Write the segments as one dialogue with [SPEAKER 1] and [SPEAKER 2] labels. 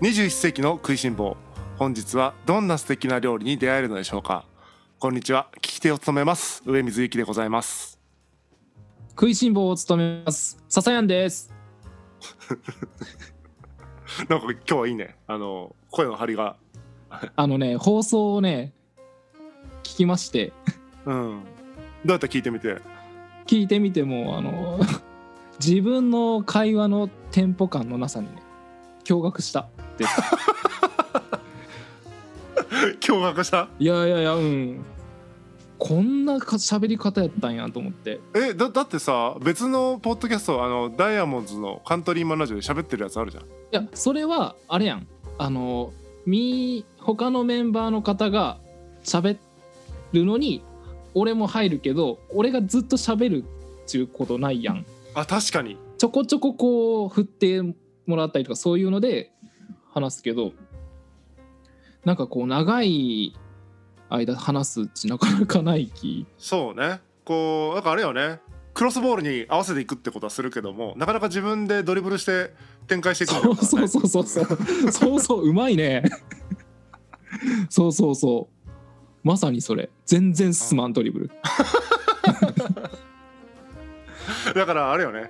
[SPEAKER 1] 21世紀の食いしん坊本日はどんな素敵な料理に出会えるのでしょうかこんにちは聞き手を務めます上水幸でございます
[SPEAKER 2] 食いしん坊を務めます笹やんです
[SPEAKER 1] なんか今日はいいねあの声の張りが
[SPEAKER 2] あのね放送をね聞きまして
[SPEAKER 1] うんどうやった聞いてみて
[SPEAKER 2] 聞いてみてもあの 自分の会話のテンポ感のなさにね驚愕した
[SPEAKER 1] 驚愕した
[SPEAKER 2] いやいやいやうんこんなか喋り方やったんやと思って
[SPEAKER 1] えだだってさ別のポッドキャストあのダイヤモンズのカントリーマンラジオで喋ってるやつあるじゃん
[SPEAKER 2] いやそれはあれやんあのみ他のメンバーの方が喋るのに俺も入るけど俺がずっと喋るっちゅうことないやん
[SPEAKER 1] あ確かに
[SPEAKER 2] ちょこちょここう振ってもらったりとかそういうので話すけどなんかこう長い間話すうちなかなかない気
[SPEAKER 1] そうねこうなんかあれよねクロスボールに合わせていくってことはするけどもなかなか自分でドリブルして展開していくんだ
[SPEAKER 2] そうそう
[SPEAKER 1] う
[SPEAKER 2] そうそうそうそうそううまいねそうそうそうまさにそれ全然進まんドリブ ル
[SPEAKER 1] だからあれよね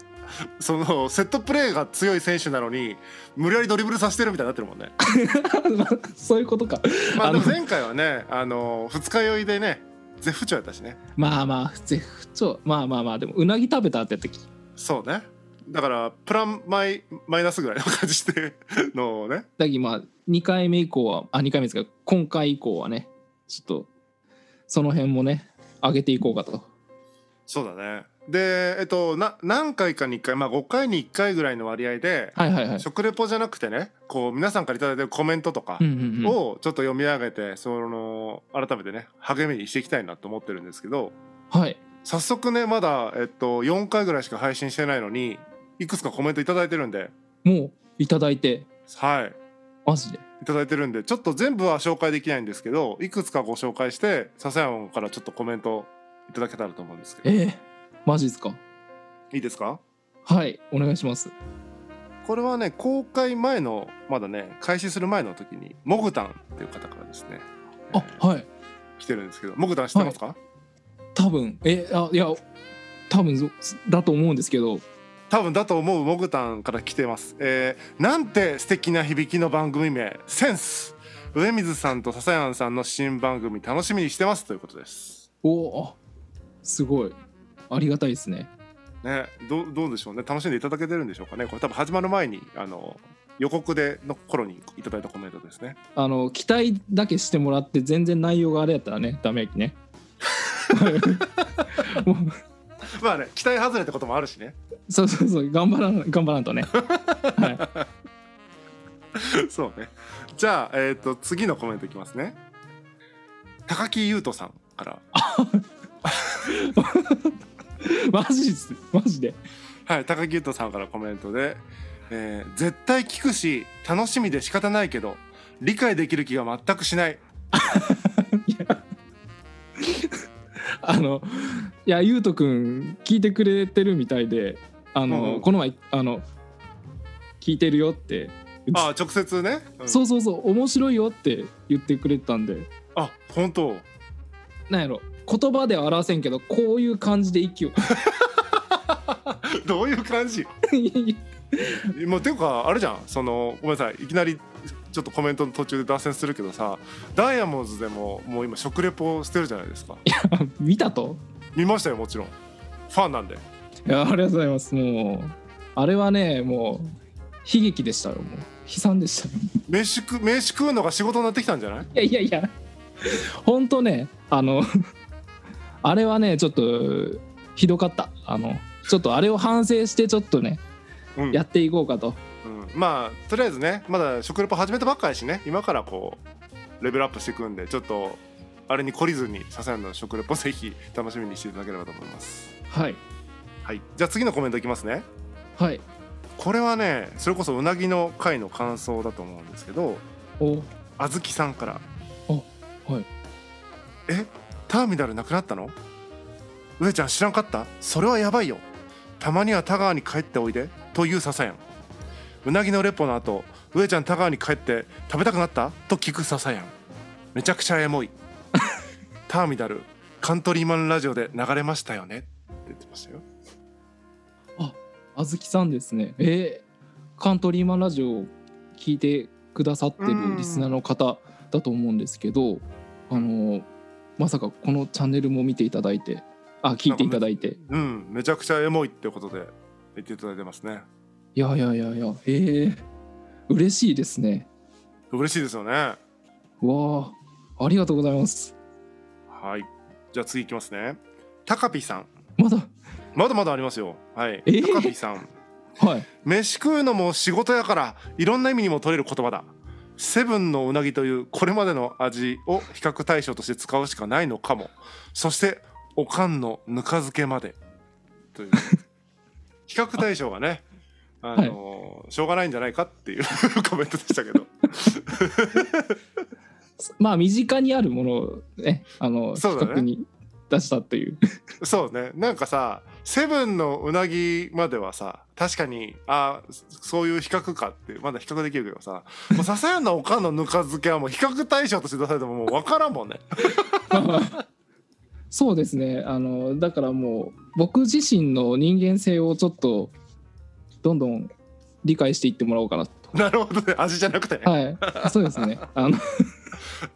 [SPEAKER 1] そのセットプレーが強い選手なのに無理やりドリブルさせてるみたいになってるもんね、
[SPEAKER 2] そういうことか
[SPEAKER 1] まあ、
[SPEAKER 2] あ
[SPEAKER 1] で
[SPEAKER 2] の
[SPEAKER 1] も前回はねあの二日酔いでね絶不調やったしね
[SPEAKER 2] まあまあ絶不調まあまあまあでもうなぎ食べたって時
[SPEAKER 1] そうねだからプランマイマイナスぐらいの感じしてのをね
[SPEAKER 2] だきまあ2回目以降はあ2回目ですけど今回以降はねちょっとその辺もね上げていこうかと
[SPEAKER 1] そうだねでえっとな何回かに1回まあ5回に1回ぐらいの割合で、
[SPEAKER 2] はいはいはい
[SPEAKER 1] 食レポじゃなくてねこう皆さんから頂いてるコメントとか
[SPEAKER 2] うんうんうん
[SPEAKER 1] をちょっと読み上げてその改めてね励みにしていきたいなと思ってるんですけど
[SPEAKER 2] はい
[SPEAKER 1] 早速ねまだ、えっと、4回ぐらいしか配信してないのにいくつかコメント頂いただいてるんで
[SPEAKER 2] もういただいて
[SPEAKER 1] はい
[SPEAKER 2] マジで
[SPEAKER 1] いただいてるんでちょっと全部は紹介できないんですけどいくつかご紹介して笹山からちょっとコメントいただけたらと思うんですけど
[SPEAKER 2] ええマジですか
[SPEAKER 1] いいですか
[SPEAKER 2] はいお願いします
[SPEAKER 1] これはね公開前のまだね開始する前の時にモグタンっていう方からですね
[SPEAKER 2] あはい
[SPEAKER 1] 来てるんですけどモグタン知ってますか、
[SPEAKER 2] 多分えあいや多分そだと思うんですけど
[SPEAKER 1] 多分だと思うモグタンから来てます、えーなんて素敵な響きの番組名センス上水さんと笹山さんの新番組楽しみにしてますということです
[SPEAKER 2] おおすごいありがたいですね
[SPEAKER 1] ねどうどうでしょうね楽しんでいただけてるんでしょうかねこれ多分始まる前にあの予告での頃にいただいたコメントですね
[SPEAKER 2] あの期待だけしてもらって全然内容があれやったらねダメやきね もう
[SPEAKER 1] まあね期待外れってこともあるしね
[SPEAKER 2] そうそうそう頑張らん頑張らんとね、は
[SPEAKER 1] そうねじゃあ、えー、と次のコメントいきますね高木優斗さんから
[SPEAKER 2] い、マジですマジで
[SPEAKER 1] はい、高木優斗さんからコメントで、えー絶対聞くし楽しみで仕方ないけど理解できる気が全くしない
[SPEAKER 2] あのいやゆうとくん聞いてくれてるみたいであの、
[SPEAKER 1] うんうん
[SPEAKER 2] この前あの聞いてるよって
[SPEAKER 1] ああ直接ね、うん
[SPEAKER 2] そうそうそう面白いよって言ってくれてたんで
[SPEAKER 1] あ本当
[SPEAKER 2] なんやろ言葉では表せんけどこういう感じで息を
[SPEAKER 1] どういう感じもうていうかあれじゃんそのごめんなさいいきなりちょっとコメントの途中で脱線するけどさダイヤモンズでももう今食レポしてるじゃないですか
[SPEAKER 2] 見たと
[SPEAKER 1] 見ましたよもちろんファンなんで
[SPEAKER 2] いやありがとうございますもうあれはねもう悲劇でしたよもう悲惨でしたよ
[SPEAKER 1] 飯食飯食うのが仕事になってきたんじゃない
[SPEAKER 2] いやいやいやほんとねあの あれはねちょっとひどかったあのちょっとあれを反省してちょっとね
[SPEAKER 1] うん
[SPEAKER 2] やっていこうかと
[SPEAKER 1] うん、まあとりあえずねまだ食レポ始めたばっかりしね今からこうレベルアップしていくんでちょっとあれに懲りずにささやの食レポぜひ楽しみにしていただければと思います
[SPEAKER 2] はい
[SPEAKER 1] はいじゃあ次のコメントいきますね
[SPEAKER 2] はい
[SPEAKER 1] これはねそれこそうなぎの回の感想だと思うんですけど
[SPEAKER 2] お
[SPEAKER 1] あずきさんから
[SPEAKER 2] あはい
[SPEAKER 1] えターミナルなくなったの上ちゃん知らんかったそれはやばいよたまには田川に帰っておいでというささやんうなぎのレポの後上ちゃん田川に帰って食べたくなったと聞くささやんめちゃくちゃエモ いターミナルカントリーマンラジオで流れましたよねって言ってましたよ
[SPEAKER 2] あずきさんですねえーカントリーマンラジオを聞いてくださってるリスナーの方だと思うんですけど、あのまさかこのチャンネルも見ていただいてあ聞いていただいて
[SPEAKER 1] うんめちゃくちゃエモいってことで言っていただいてますね
[SPEAKER 2] いやいやいやいやえー、嬉しいですね
[SPEAKER 1] 嬉しいですよね
[SPEAKER 2] わあありがとうございます
[SPEAKER 1] はいじゃあ次いきますねタカピさん
[SPEAKER 2] まだ
[SPEAKER 1] まだまだありますよはい、
[SPEAKER 2] えー
[SPEAKER 1] タカピさん
[SPEAKER 2] はい
[SPEAKER 1] 飯食うのも仕事やからいろんな意味にも取れる言葉だセブンのうなぎというこれまでの味を比較対象として使うしかないのかもそしておかんのぬか漬けまでと いう比較対象がねあのしょうがないんじゃないかっていう コメントでしたけど
[SPEAKER 2] まあ身近にあるものをねあの
[SPEAKER 1] そうだね
[SPEAKER 2] 比較に出したっていう
[SPEAKER 1] そうねなんかさセブンのうなぎまではさ確かにあそういう比較かってまだ比較できるけどさもうささやなおかんのぬか漬けはもう比較対象として出されてももう分からんもんね
[SPEAKER 2] そうですねあのだからもう僕自身の人間性をちょっとどんどん理解していってもらおうかなと
[SPEAKER 1] なるほどね味じゃなくてね、
[SPEAKER 2] はいそうですねあの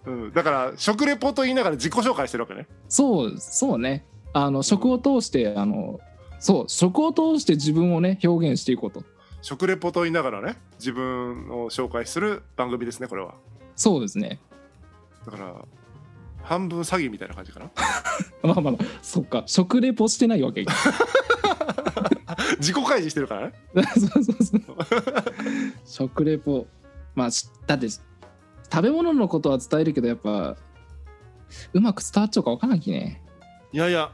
[SPEAKER 1] うん、だから食レポと言いながら自己紹介してるわけね
[SPEAKER 2] そうそうねあの食を通してあのそう食を通して自分をね表現していこうと
[SPEAKER 1] 食レポと言いながらね自分を紹介する番組ですねこれは
[SPEAKER 2] そうですね
[SPEAKER 1] だから半分詐欺みたいな感じかな
[SPEAKER 2] まあまあそっか食レポしてないわけ
[SPEAKER 1] 自己開示してるからね
[SPEAKER 2] そうそうそう食レポまあしだって食べ物のことは伝えるけどやっぱうまく伝わっちゃうか分からんきね
[SPEAKER 1] いやいや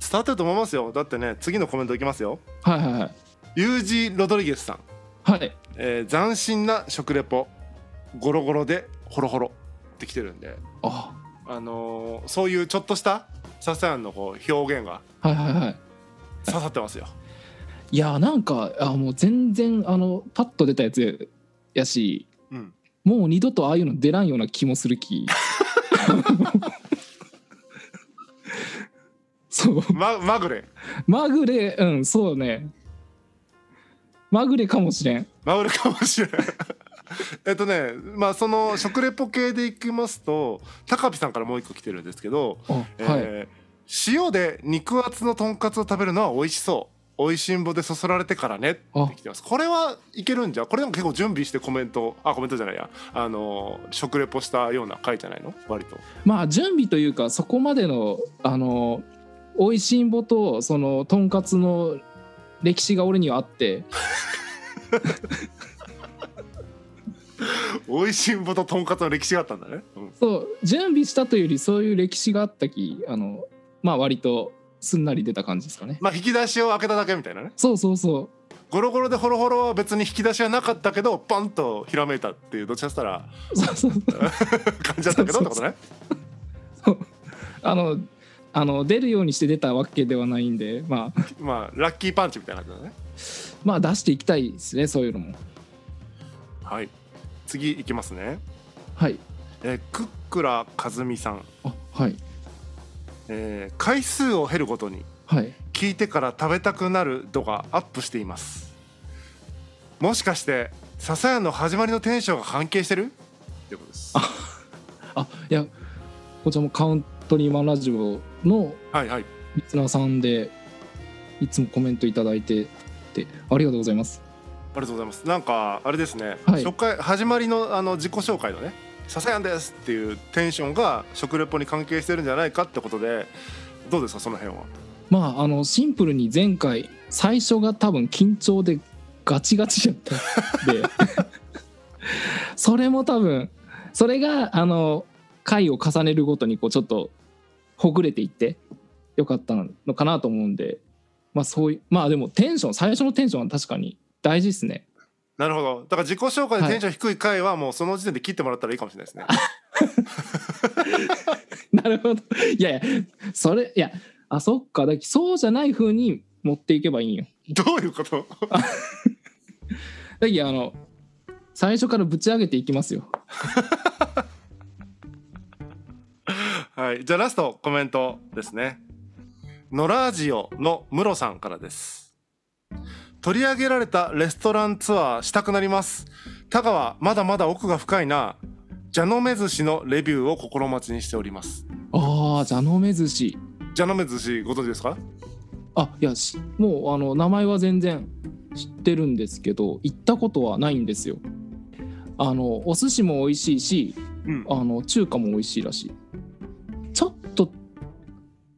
[SPEAKER 1] 伝わってると思いますよだってね次のコメントいきますよ
[SPEAKER 2] はいはいはい
[SPEAKER 1] ユージ・ロドリゲスさん、
[SPEAKER 2] はい
[SPEAKER 1] えー斬新な食レポゴロゴロでホロホロってきてるんで
[SPEAKER 2] あ
[SPEAKER 1] あのーそういうちょっとしたササヤンのこう表現が
[SPEAKER 2] はいはいはい
[SPEAKER 1] 刺さってますよ
[SPEAKER 2] いやなんかあもう全然あのパッと出たやつやし
[SPEAKER 1] うん
[SPEAKER 2] もう二度とああいうの出らんような気 もするきそう
[SPEAKER 1] ままぐれ
[SPEAKER 2] まぐれうんそうねまぐれかもしれん
[SPEAKER 1] 回るかもしれない えっとねまあその食レポ系でいきますと高飛さんからもう一個来てるんですけど、
[SPEAKER 2] あはい、
[SPEAKER 1] えー塩で肉厚のとんかつを食べるのは美味しそう美味しんぼでそそられてからねって来てますこれはいけるんじゃこれでも結構準備してコメントあコメントじゃないやあのー食レポしたような回じゃないの割と
[SPEAKER 2] まあ準備というかそこまでのあの美味しんぼとそのとんかつの歴史が俺にはあって
[SPEAKER 1] 美味しんぼととんかつの歴史があったんだね、うん
[SPEAKER 2] そう準備したというよりそういう歴史があったきあのまあ割とすんなり出た感じですかね
[SPEAKER 1] まあ引き出しを開けただけみたいなね
[SPEAKER 2] そうそう そ
[SPEAKER 1] ゴロゴロでホロホロは別に引き出しはなかったけどパンとひらめいたっていうどっちかしたら
[SPEAKER 2] うそうそう
[SPEAKER 1] 感じだったけどってことね
[SPEAKER 2] そうあのあの出るようにして出たわけではないんでまあ
[SPEAKER 1] まあラッキーパンチみたいな感じだね
[SPEAKER 2] まあ出していきたいですねそういうのも
[SPEAKER 1] はい次いきますね
[SPEAKER 2] はい
[SPEAKER 1] えークックラ和美さん、
[SPEAKER 2] あはい
[SPEAKER 1] えー回数を減るごとに
[SPEAKER 2] はい
[SPEAKER 1] 聞いてから食べたくなる度がアップしていますもしかして笹屋の始まりのテンションが関係してるってことです
[SPEAKER 2] ああいやこちらもカウントリーマンラジオの
[SPEAKER 1] はいはい
[SPEAKER 2] リスナーさんでいつもコメントいただいてってありがとうございます
[SPEAKER 1] ありがとうございます。なんかあれですね。
[SPEAKER 2] はい
[SPEAKER 1] 初回始まりのあの自己紹介のね、ささやんですっていうテンションが食レポに関係してるんじゃないかってことで、どうですかその辺は。
[SPEAKER 2] まああのシンプルに前回最初が多分緊張でガチガチだったんで それも多分それがあの回を重ねるごとにこうちょっとほぐれていってよかったのかなと思うんでまあそういうまあでもテンション最初のテンションは確かに大事ですね
[SPEAKER 1] なるほど。だから自己紹介でテンション低い回はもうその時点で切ってもらったらいいかもしれない ですね。
[SPEAKER 2] なるほど。いやいや、それ、いや、あ、そっか。だそうじゃない風に持っていけばいいんよ。
[SPEAKER 1] どういうこと？
[SPEAKER 2] だけどあの、最初からぶち上げていきますよ
[SPEAKER 1] はい、じゃあラストコメントですね。ノラージオのムロさんからです。取り上げられたレストランツアーしたくなります。田川、まだまだ奥が深いな。ジャノメ寿司のレビューを心待ちにしております。
[SPEAKER 2] ああジャノメ寿司
[SPEAKER 1] ジャノメ寿司ご存知ですか
[SPEAKER 2] あいやしもうあの名前は全然知ってるんですけど行ったことはないんですよあのお寿司も美味しいし
[SPEAKER 1] うん。
[SPEAKER 2] あの中華も美味しいらしいちょっと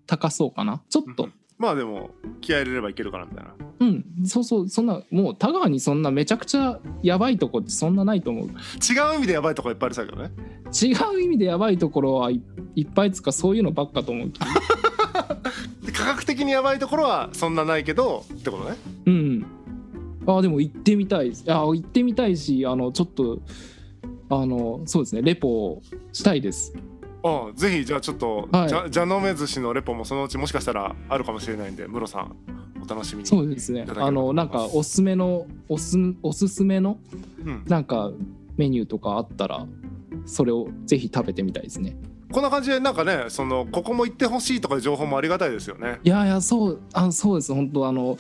[SPEAKER 2] 高そうかなちょっと
[SPEAKER 1] まあでも、気合い入れればいけるかなみたいな。
[SPEAKER 2] うんそうそうそんなもう田川にそんなめちゃくちゃやばいとこってそんなないと思う
[SPEAKER 1] 違う意味でやばいとこいっぱいありそうだけどね。
[SPEAKER 2] 違う意味でやばいところはい、いっぱいつかそういうのばっかと思うけど
[SPEAKER 1] で価格的にやばいところはそんなないけど、ってことね。
[SPEAKER 2] うんあーでも行ってみたいですあー行ってみたいしあのちょっとあのそうですねレポしたいです
[SPEAKER 1] うん、ぜひじゃあちょっと、
[SPEAKER 2] はい
[SPEAKER 1] じゃジャノメ寿司のレポもそのうちもしかしたらあるかもしれないんでムロさんお楽しみに
[SPEAKER 2] そうですね
[SPEAKER 1] いただければ
[SPEAKER 2] あのなんかおすすめのおすおすすめの
[SPEAKER 1] うん、
[SPEAKER 2] なんかメニューとかあったらそれをぜひ食べてみたいですね
[SPEAKER 1] こんな感じでなんかねそのここも行ってほしいとかいう情報もありがたいですよね
[SPEAKER 2] いやいやそうあそうです本当あの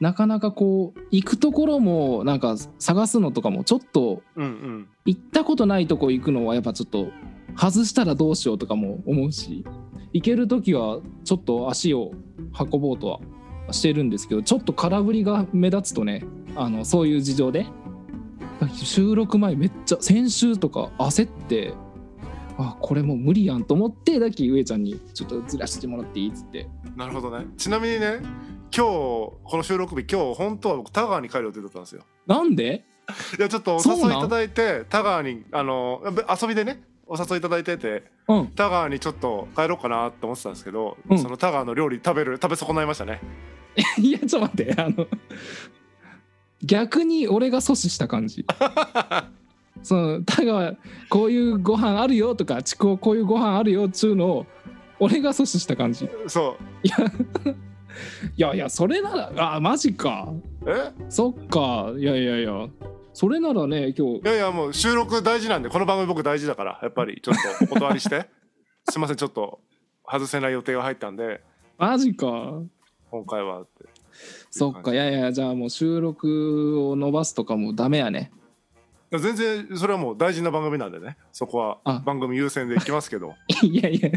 [SPEAKER 2] なかなかこう行くところもなんか探すのとかもちょっと
[SPEAKER 1] うんうん
[SPEAKER 2] 行ったことないとこ行くのはやっぱちょっと外したらどうしようとかも思うし行ける時はちょっと足を運ぼうとはしてるんですけどちょっと空振りが目立つとねあのそういう事情で収録前めっちゃ先週とか焦ってあこれもう無理やんと思ってだっき上ちゃんにちょっとずらしてもらっていいっつって
[SPEAKER 1] なるほどねちなみにね今日この収録日今日本当は僕田川に帰る予定だったんですよ
[SPEAKER 2] なんで
[SPEAKER 1] いやちょっとお
[SPEAKER 2] そう
[SPEAKER 1] 誘い
[SPEAKER 2] なん
[SPEAKER 1] いただいて田川にあのべ遊びでねお誘いいただいてて
[SPEAKER 2] うん
[SPEAKER 1] 田川にちょっと帰ろうかなって思ってたんですけど、
[SPEAKER 2] うん
[SPEAKER 1] その田川の料理食べる食べ損ないましたね
[SPEAKER 2] いやちょっと待ってあの逆に俺が阻止した感じその田川こういうご飯あるよとかちくおこういうご飯あるよっちゅうのを俺が阻止した感じい
[SPEAKER 1] そ
[SPEAKER 2] やいやそれならあマジか
[SPEAKER 1] うえ
[SPEAKER 2] そっかいやいやいやそれならね今
[SPEAKER 1] い
[SPEAKER 2] 日
[SPEAKER 1] やいやもう収録大事なんでこの番組僕大事だからやっぱりちょっとお断りしてすいませんちょっと外せない予定が入ったんで
[SPEAKER 2] マジか
[SPEAKER 1] 今回はって
[SPEAKER 2] そっかいやいやじゃあもう収録を伸ばすとかもダメやね
[SPEAKER 1] いや全然それはもう大事な番組なんでねそこは
[SPEAKER 2] あ
[SPEAKER 1] 番組優先でいきますけど
[SPEAKER 2] いやいや。い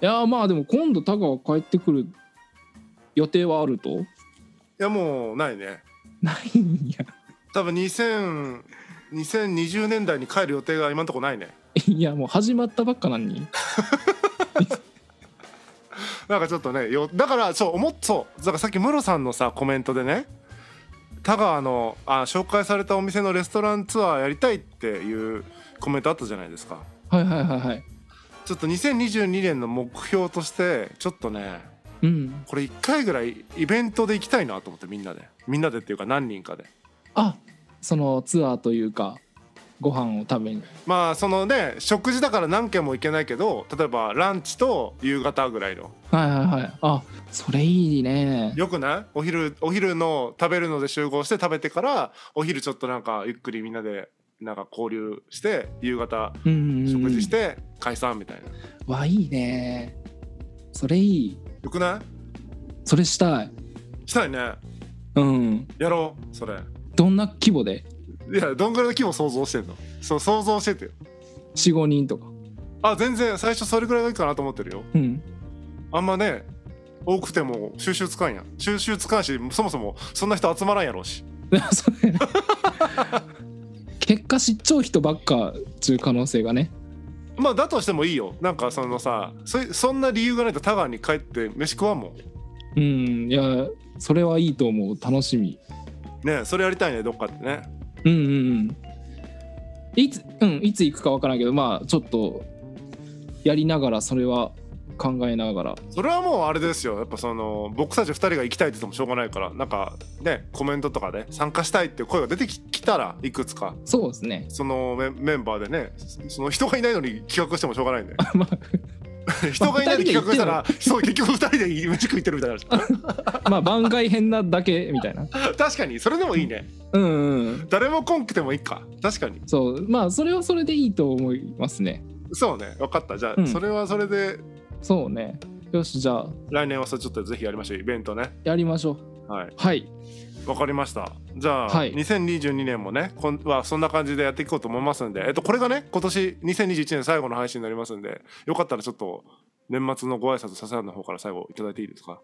[SPEAKER 2] やまあでも今度田川帰ってくる予定はあると
[SPEAKER 1] いやもうないね
[SPEAKER 2] ないんや。
[SPEAKER 1] 多分2000 2020年代に帰る予定が今のところないね
[SPEAKER 2] いやもう始まったばっかなのに。
[SPEAKER 1] なんかちょっとねよだからそう思っそうだからさっきムロさんのさコメントでね田川のあ紹介されたお店のレストランツアーやりたいっていうコメントあったじゃないですか
[SPEAKER 2] はいはいはいはい。
[SPEAKER 1] ちょっと2022年の目標としてちょっとね
[SPEAKER 2] うん。
[SPEAKER 1] これ1回ぐらいイベントで行きたいなと思ってみんなでみんなでっていうか何人かで
[SPEAKER 2] あそのツアーというかご飯を食べに。
[SPEAKER 1] まあそのね食事だから何軒も行けないけど例えばランチと夕方ぐらいの
[SPEAKER 2] はいはいはい。あそれいいね。
[SPEAKER 1] よくないお昼お昼の食べるので集合して食べてからお昼ちょっとなんかゆっくりみんなでなんか交流して夕方
[SPEAKER 2] うんうんうん
[SPEAKER 1] 食事し。て解散みたいな、
[SPEAKER 2] わいいね。それいい。
[SPEAKER 1] よくな
[SPEAKER 2] それしたい。
[SPEAKER 1] いしたいね
[SPEAKER 2] うん。
[SPEAKER 1] やろうそれ
[SPEAKER 2] どんな規模で
[SPEAKER 1] いやどんぐらいの規模想像してんのそう想像しててよ
[SPEAKER 2] ?4、5人とか。
[SPEAKER 1] あ全然最初それぐらいがいいかなと思ってるよ
[SPEAKER 2] うん。
[SPEAKER 1] あんまね多くても収集つかんやん収集つかんしそもそもそんな人集まらんやろうし
[SPEAKER 2] でもそ れ結果失調人ばっかちゅう可能性がね
[SPEAKER 1] まあだとしてもいいよなんかそのさそそんな理由がないとタガーに帰って飯食わんもん
[SPEAKER 2] うんいやそれはいいと思う楽しみ
[SPEAKER 1] ねそれやりたいねどっかでね
[SPEAKER 2] うんうんうんいつうんいつ行くかわからんけどまあちょっとやりながらそれは考えながら
[SPEAKER 1] それはもうあれですよやっぱその僕たち2人が行きたいって言ってもしょうがないからなんかねコメントとかで参加したいっていう声が出てききたらいくつか
[SPEAKER 2] そうですね
[SPEAKER 1] そのメメンバーでねその人がいないのに企画してもしょうがないんで
[SPEAKER 2] まあ
[SPEAKER 1] 人がいないで企画したらそう結局二人で飯食いってるみたいな話
[SPEAKER 2] まあ番外編なだけみたいな
[SPEAKER 1] 確かにそれでもいいね
[SPEAKER 2] うんうん
[SPEAKER 1] 誰も来んくてもいいか確かに
[SPEAKER 2] そうまあそれはそれでいいと思いますね
[SPEAKER 1] そうね分かったじゃあ、
[SPEAKER 2] うん
[SPEAKER 1] それはそれで
[SPEAKER 2] そうねよしじゃあ
[SPEAKER 1] 来年はさちょっとぜひやりましょうイベントね
[SPEAKER 2] やりましょう
[SPEAKER 1] はい
[SPEAKER 2] はい
[SPEAKER 1] わかりましたじゃあ、
[SPEAKER 2] はい
[SPEAKER 1] 2022年もねこんはそんな感じでやっていこうと思いますんで、えっと、これがね今年2021年最後の配信になりますんでよかったらちょっと年末のご挨拶ささらの方から最後いただいていいですか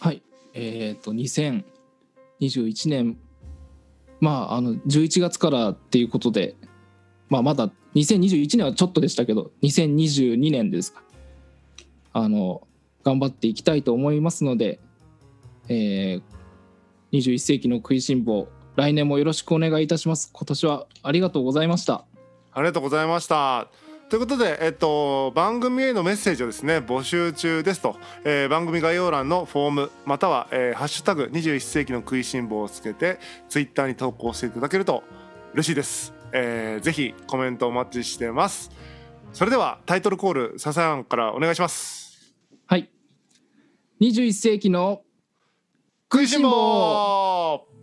[SPEAKER 2] はいえっ、と2021年まああの11月からっていうことでまあまだ2021年はちょっとでしたけど2022年ですかあの頑張っていきたいと思いますので、えー21世紀の食いしん坊来年もよろしくお願いいたします今年はありがとうございました
[SPEAKER 1] ありがとうございました。ということで、えっと、番組へのメッセージをですね募集中ですと、えー番組概要欄のフォームまたは、えーハッシュタグ21世紀の食いしん坊」をつけてツイッターに投稿していただけると嬉しいです、えーぜひコメントお待ちしてますそれではタイトルコール笹山からお願いします
[SPEAKER 2] はい21世紀の
[SPEAKER 1] 食い
[SPEAKER 2] しん
[SPEAKER 1] し
[SPEAKER 2] 坊
[SPEAKER 1] ん坊